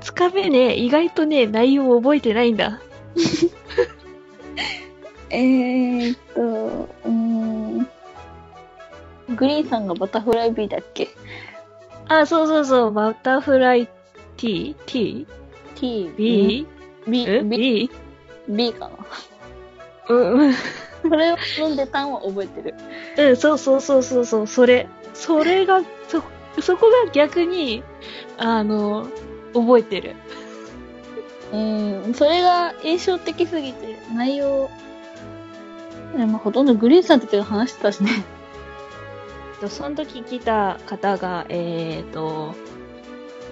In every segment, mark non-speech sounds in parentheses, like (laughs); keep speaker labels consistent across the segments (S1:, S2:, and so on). S1: 日目ね、意外とね、内容を覚えてないんだ。
S2: えーっと、うーん。グリーンさんがバタフライ B だっけ
S1: あ、そうそうそう、バタフライ T? T?
S2: ?T、
S1: B?
S2: B、
S1: え
S2: B、
S1: B?
S2: B かな。
S1: うん、
S2: それを飲んでたんは覚えてる。
S1: うん、そうそうそうそうそう、それ。それが、そ、そこが逆に、あの、覚えてる。
S2: うん、それが印象的すぎて、内容、でもほとんどグリーンさんたちが話してたしね。
S1: その時来た方が、えー、と、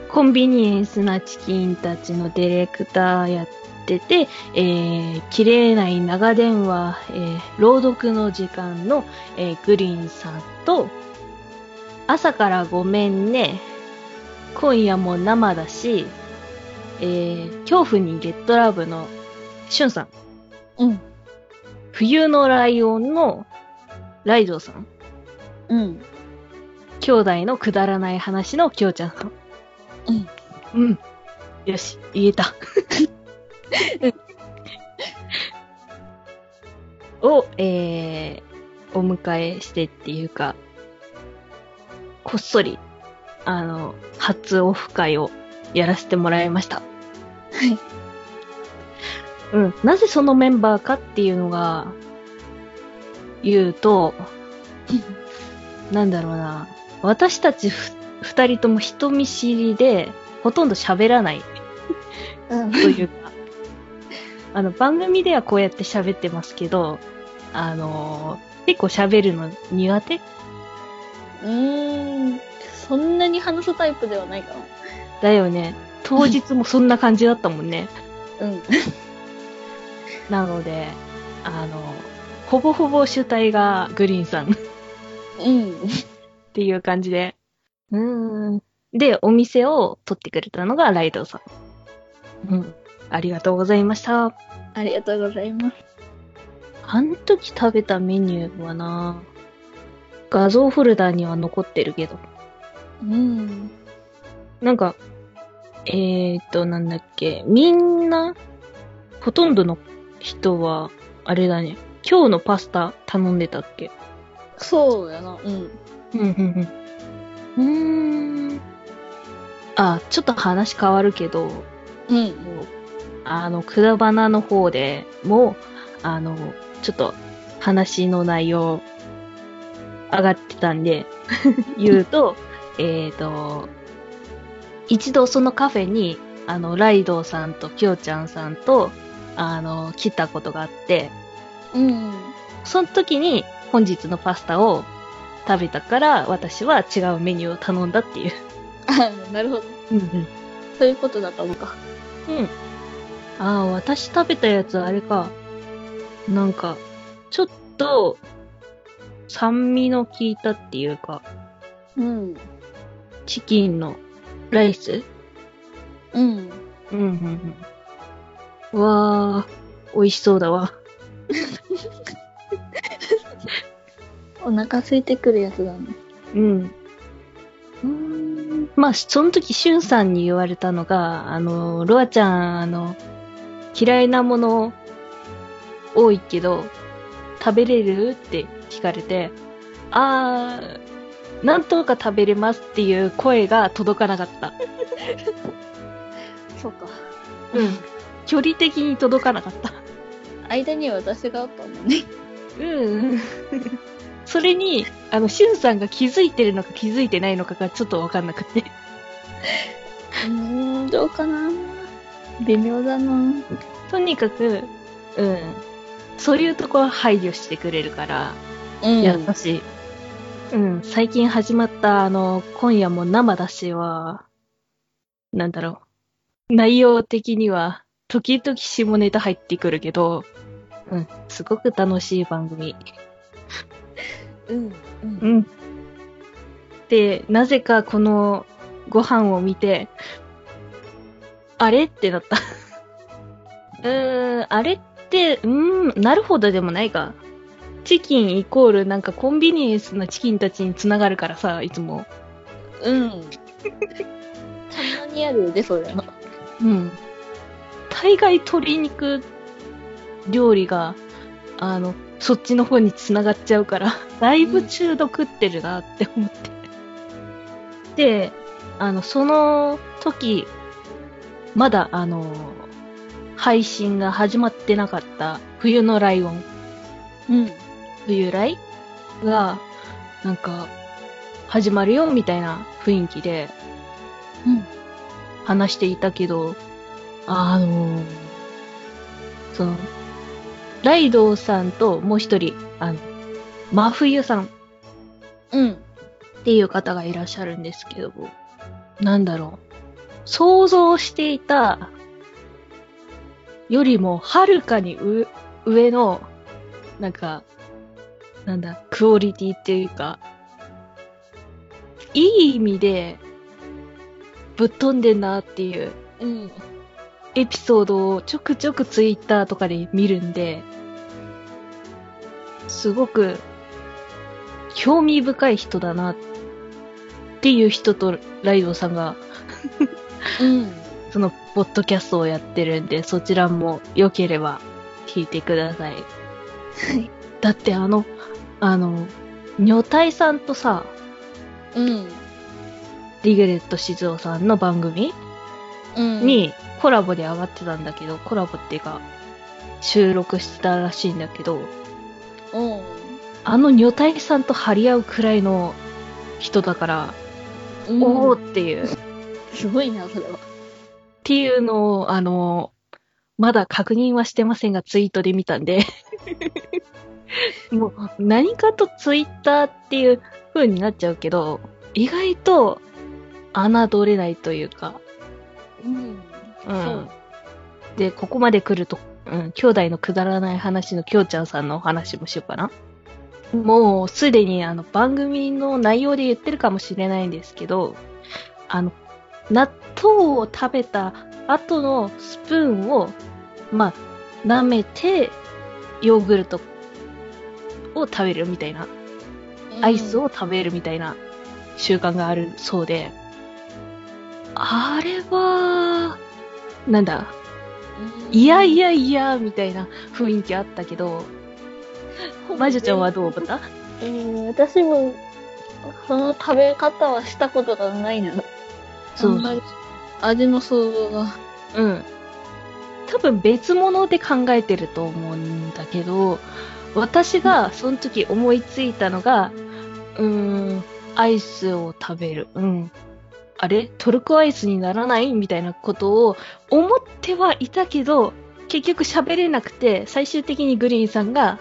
S1: コンビニエンスなチキンたちのディレクターやってて、えー、切れない長電話、えー朗読の時間の、えーグリーンさんと、朝からごめんね、今夜も生だし、えー恐怖にゲットラブのしゅんさん、
S2: うん。
S1: 冬のライオンのライドウさん、
S2: うん。
S1: 兄弟のくだらない話のきょうちゃんさん。
S2: うん。
S1: うん。よし、言えた。を、えー、お迎えしてっていうか、こっそり、あの、初オフ会をやらせてもらいました。
S2: はい。
S1: うん。なぜそのメンバーかっていうのが、言うと、なんだろうな。私たちふ二人とも人見知りで、ほとんど喋らない
S2: うん
S1: と。いうか、あの、番組ではこうやって喋ってますけど、あのー結構喋るの苦手
S2: うーん。そんなに話すタイプではないか
S1: だよね。当日もそんな感じだったもんね。 (laughs)
S2: な。うん。
S1: なので、あの、ほぼほぼ主体がグリーンさん。 (laughs)
S2: うん。
S1: っていう感じで。うーん。で、お店を取ってくれたのがライドさん。うん。ありがとうございました。
S2: ありがとうございます。
S1: あの時食べたメニューはな、画像フォルダには残ってるけど。
S2: うん。
S1: なんか、えーっと、なんだっけ、みんな、ほとんどの人は、あれだね、今日のパスタ頼んでたっけ
S2: そうやな。うん。
S1: うんうんうん。うーん。あ、ちょっと話変わるけど、
S2: うん。
S1: あの、くだばなの方でも、あの、ちょっと話の内容上がってたんで、 (laughs) 言うと、 (laughs) えっと、一度そのカフェに、あの、ライドウさんとキョウちゃんさんと、あの、来たことがあって、
S2: うん。
S1: その時に本日のパスタを食べたから、私は違うメニューを頼んだっていう。
S2: あなるほど。
S1: うんうん。
S2: そういうことだったのか。
S1: うん。ああ、私食べたやつあれか。なんか、ちょっと、酸味の効いたっていうか、
S2: うん。
S1: チキンのライス
S2: うん。
S1: うんうんうん。わあ、美味しそうだわ。
S2: お腹空いてくるやつだね。
S1: うん。うーんまあ、その時、しゅんさんに言われたのが、あの、ロアちゃん、あの、嫌いなもの多いけど、食べれるって聞かれて、あー、なんとか食べれますっていう声が届かなかった。
S2: そうか。
S1: うん。距離的に届かなかった。
S2: 間に私があったんだね。
S1: うん。それに、あの、しゅんさんが気づいてるのか気づいてないのかがちょっとわかんなくて。
S2: うん、どうかな微妙だな
S1: とにかく、うん。そういうとこは配慮してくれるから、
S2: うん
S1: 優しい。うん、最近始まった、あの、今夜も生だしは、なんだろう。内容的には、時々下ネタ入ってくるけど、うん、すごく楽しい番組。
S2: うん。うん
S1: う。ん。で、なぜかこのご飯を見て、あれってなった。 (laughs) うーん、あれって、うーん、なるほどでもないか。チキンイコールなんかコンビニエンスなチキンたちにつながるからさ、いつも。
S2: うん。たまにあるよね、そういうの。
S1: うん。大概鶏肉料理が、あの、そっちの方に繋がっちゃうから、だいぶ中毒ってるなって思って。で、あの、その時、まだ、あの、配信が始まってなかった、冬のライオン、
S2: うん。
S1: 冬ライが、なんか、始まるよみたいな雰囲気で、
S2: うん。
S1: 話していたけど、あの、その、ライドウさんともう一人、あの、真冬さんっ
S2: うん。
S1: ていう方がいらっしゃるんですけど、なんだろう。想像していたよりもはるかにう上の、なんか、なんだ、クオリティっていうか、いい意味でぶっ飛んでんなっていう
S2: うん。
S1: エピソードをちょくちょくツイッターとかで見るんで、すごく興味深い人だなっていう人とライドさんが
S2: うん。
S1: そのポッドキャストをやってるんで、そちらも良ければ聞いてください。
S2: はい。
S1: だってあの、あの、女体さんとさ、
S2: うん。
S1: リグレット静雄さんの番組
S2: うん。、
S1: にコラボで上がってたんだけど、コラボっていうか収録してたらしいんだけど、
S2: うん。
S1: あの女体さんと張り合うくらいの人だから、
S2: うん、
S1: おおっていう、っ
S2: すごいな、それは。
S1: ていうのを、あの、まだ確認はしてませんが、ツイートで見たん
S2: (laughs)
S1: で。もう、何かとツイッターっていう風になっちゃうけど、意外と、侮れないというか、
S2: うん。
S1: う
S2: そ
S1: ん
S2: う。
S1: で、ここまで来ると、うん、兄弟のくだらない話のきょうちゃんさんのお話もしようかな。もうすでにあの番組の内容で言ってるかもしれないんですけど、あの、納豆を食べた後のスプーンを、まあ、舐めて、ヨーグルトを食べるみたいな、アイスを食べるみたいな習慣があるそうで、あれは、なんだ、
S2: うん、
S1: いやいやいや、みたいな雰囲気あったけど、魔女ちゃんはどう思った
S2: うん、私も、その食べ方はしたことがないな。
S1: そ
S2: あんま
S1: う。
S2: り味の想像が。
S1: うん。多分別物で考えてると思うんだけど、私がその時思いついたのが、うーん、アイスを食べる。うん。あれトルコアイスにならないみたいなことを思ってはいたけど、結局喋れなくて、最終的にグリーンさんが、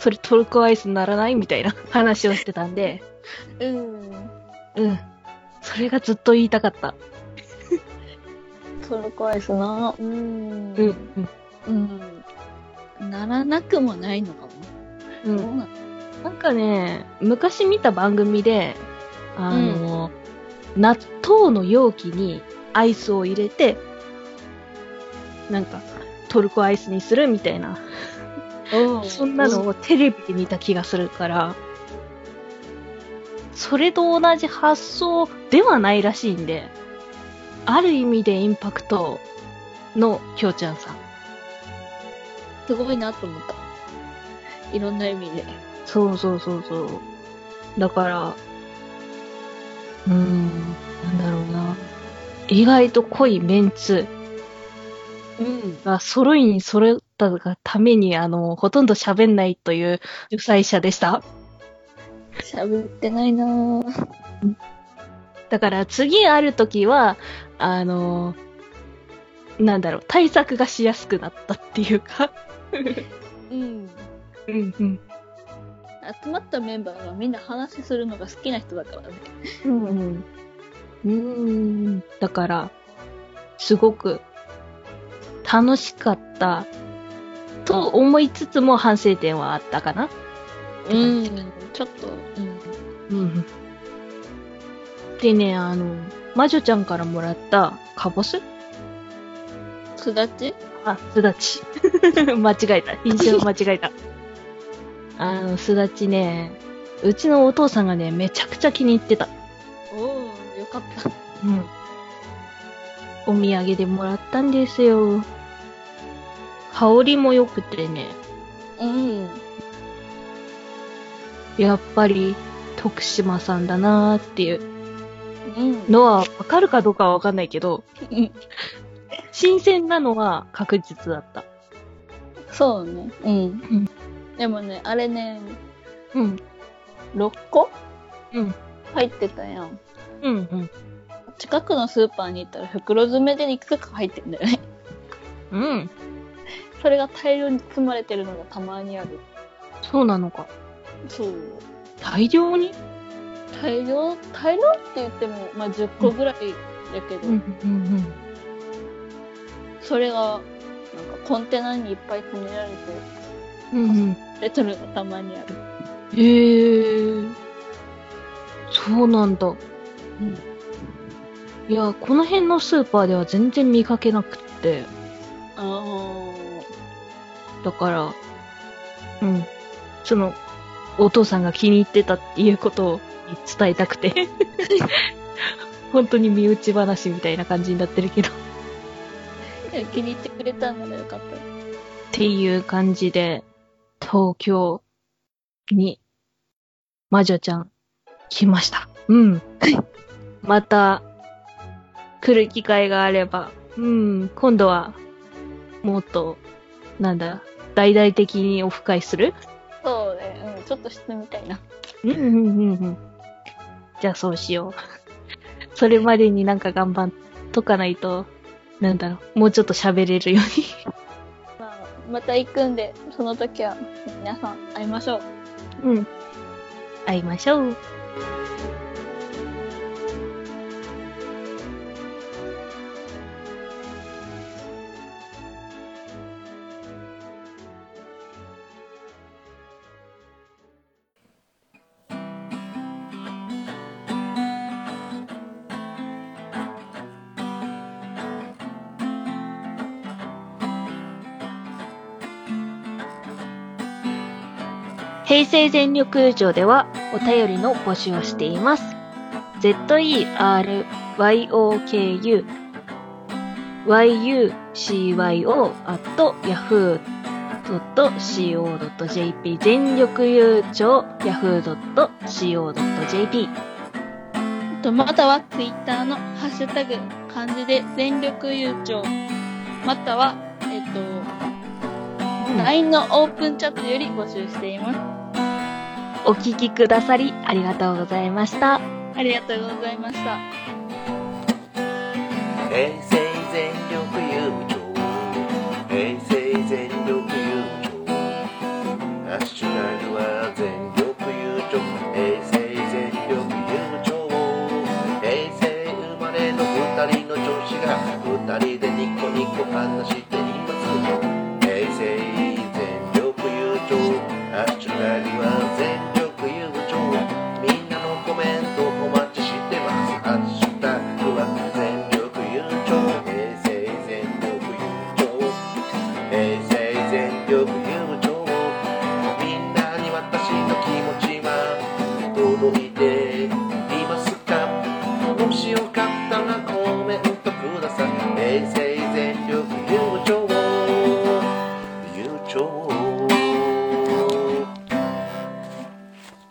S1: それトルコアイスにならないみたいな話をしてたんで、
S2: うん。
S1: うん。それがずっと言いたかった。
S2: トルコアイスな。うん。
S1: うん。
S2: うん。ならなくもないのかも。
S1: う。
S2: どうんなの
S1: なんかね、昔見た番組で、あの、納豆の容器にアイスを入れて、なんか、トルコアイスにするみたいな、そんなのをテレビで見た気がするから、それと同じ発想ではないらしいんで、ある意味でインパクトのきょうちゃんさん。
S2: すごいなと思った。いろんな意味で。
S1: そうそうそうそう。だから、うーん、なんだろうな。意外と濃いメンツ
S2: うん。
S1: が揃いに揃ったがために、あの、ほとんど喋んないという主催者でした。
S2: 喋ってないなぁ。
S1: だから次ある時は、あの、なんだろう、対策がしやすくなったっていうか。
S2: うん。
S1: うんうん。
S2: 集まったメンバーがみんな話するのが好きな人だからね。
S1: うんうん。うーん。だから、すごく楽しかったと思いつつも反省点はあったかな。
S2: うん。ちょっと、うん。
S1: うん。でね、あの、魔女ちゃんからもらったカボス
S2: すだち
S1: あ、すだち。 (laughs) 間違えた。印象間違え (laughs) た。あの、すだちね、うちのお父さんがね、めちゃくちゃ気に入ってた。
S2: おおよかった。
S1: うん。お土産でもらったんですよ。香りも良くてね、
S2: うん。
S1: やっぱり徳島さんだなーっていう
S2: うん。
S1: のはわかるかどうかはわかんないけど、
S2: うん
S1: 新鮮なのは確実だった。
S2: そうね。うん
S1: ん。
S2: でもね、あれね、
S1: うん、
S2: 6個
S1: うん、
S2: 入ってたやん。
S1: うん、うん。
S2: 近くのスーパーに行ったら袋詰めでいくつか入ってんだよね。 (laughs)
S1: うん、
S2: それが大量に積まれてるのがたまにある。
S1: そうなのか。
S2: そう。
S1: 大量に
S2: 大量、大量って言っても、まあ10個ぐらいだけど、、
S1: うん、
S2: それが、なんかコンテナにいっぱい詰められて、
S1: うん。うん、うん。
S2: レトルがたまにある。
S1: へー。そうなんだ。いや、この辺のスーパーでは全然見かけなくって。
S2: あー
S1: だから、うん。その、お父さんが気に入ってたっていうことを伝えたく (laughs) て。本当に身内話みたいな感じになってるけど。っ
S2: いや気に入ってくれたんならよかった。
S1: ていう感じで、東京に、魔女ちゃん、来ました。うん。 (laughs) また、来る機会があれば、うん、今度は、もっと、なんだ、大々的にオフ会する
S2: そうね、うん、ちょっとしてみたいな。 (laughs)
S1: うんうんうんうん。じゃあそうしよう。 (laughs) それまでになんか頑張っとかないと、なんだろう、もうちょっと喋れるように。
S2: まあ、また行くんで、その時は皆さん会いましょう。
S1: うん。会いましょう。平成全力友情ではお便りの募集をしています。zeryokuyucyo at yahoo.co.jp 全力友情 yahoo.co.jp
S2: とまたはツイッターのハッシュタグ、漢字で全力優勝。または、えっと、LINE のオープンチャットより募集しています。
S1: お聞きくださりありがとうございました。
S2: ありがとうございました。
S3: 平成全力優勝平成全力優勝ナショナルは全力優勝平成全力優勝平成生まれの二人の調子が二人でニコニコ話しています平成全力優勝ナショナルは全力優勝みんなのコメントお待ちしてます。ハッシュタグは全力優勝。平成全力優勝。平成全力優勝。みんなに私の気持ちは届いてい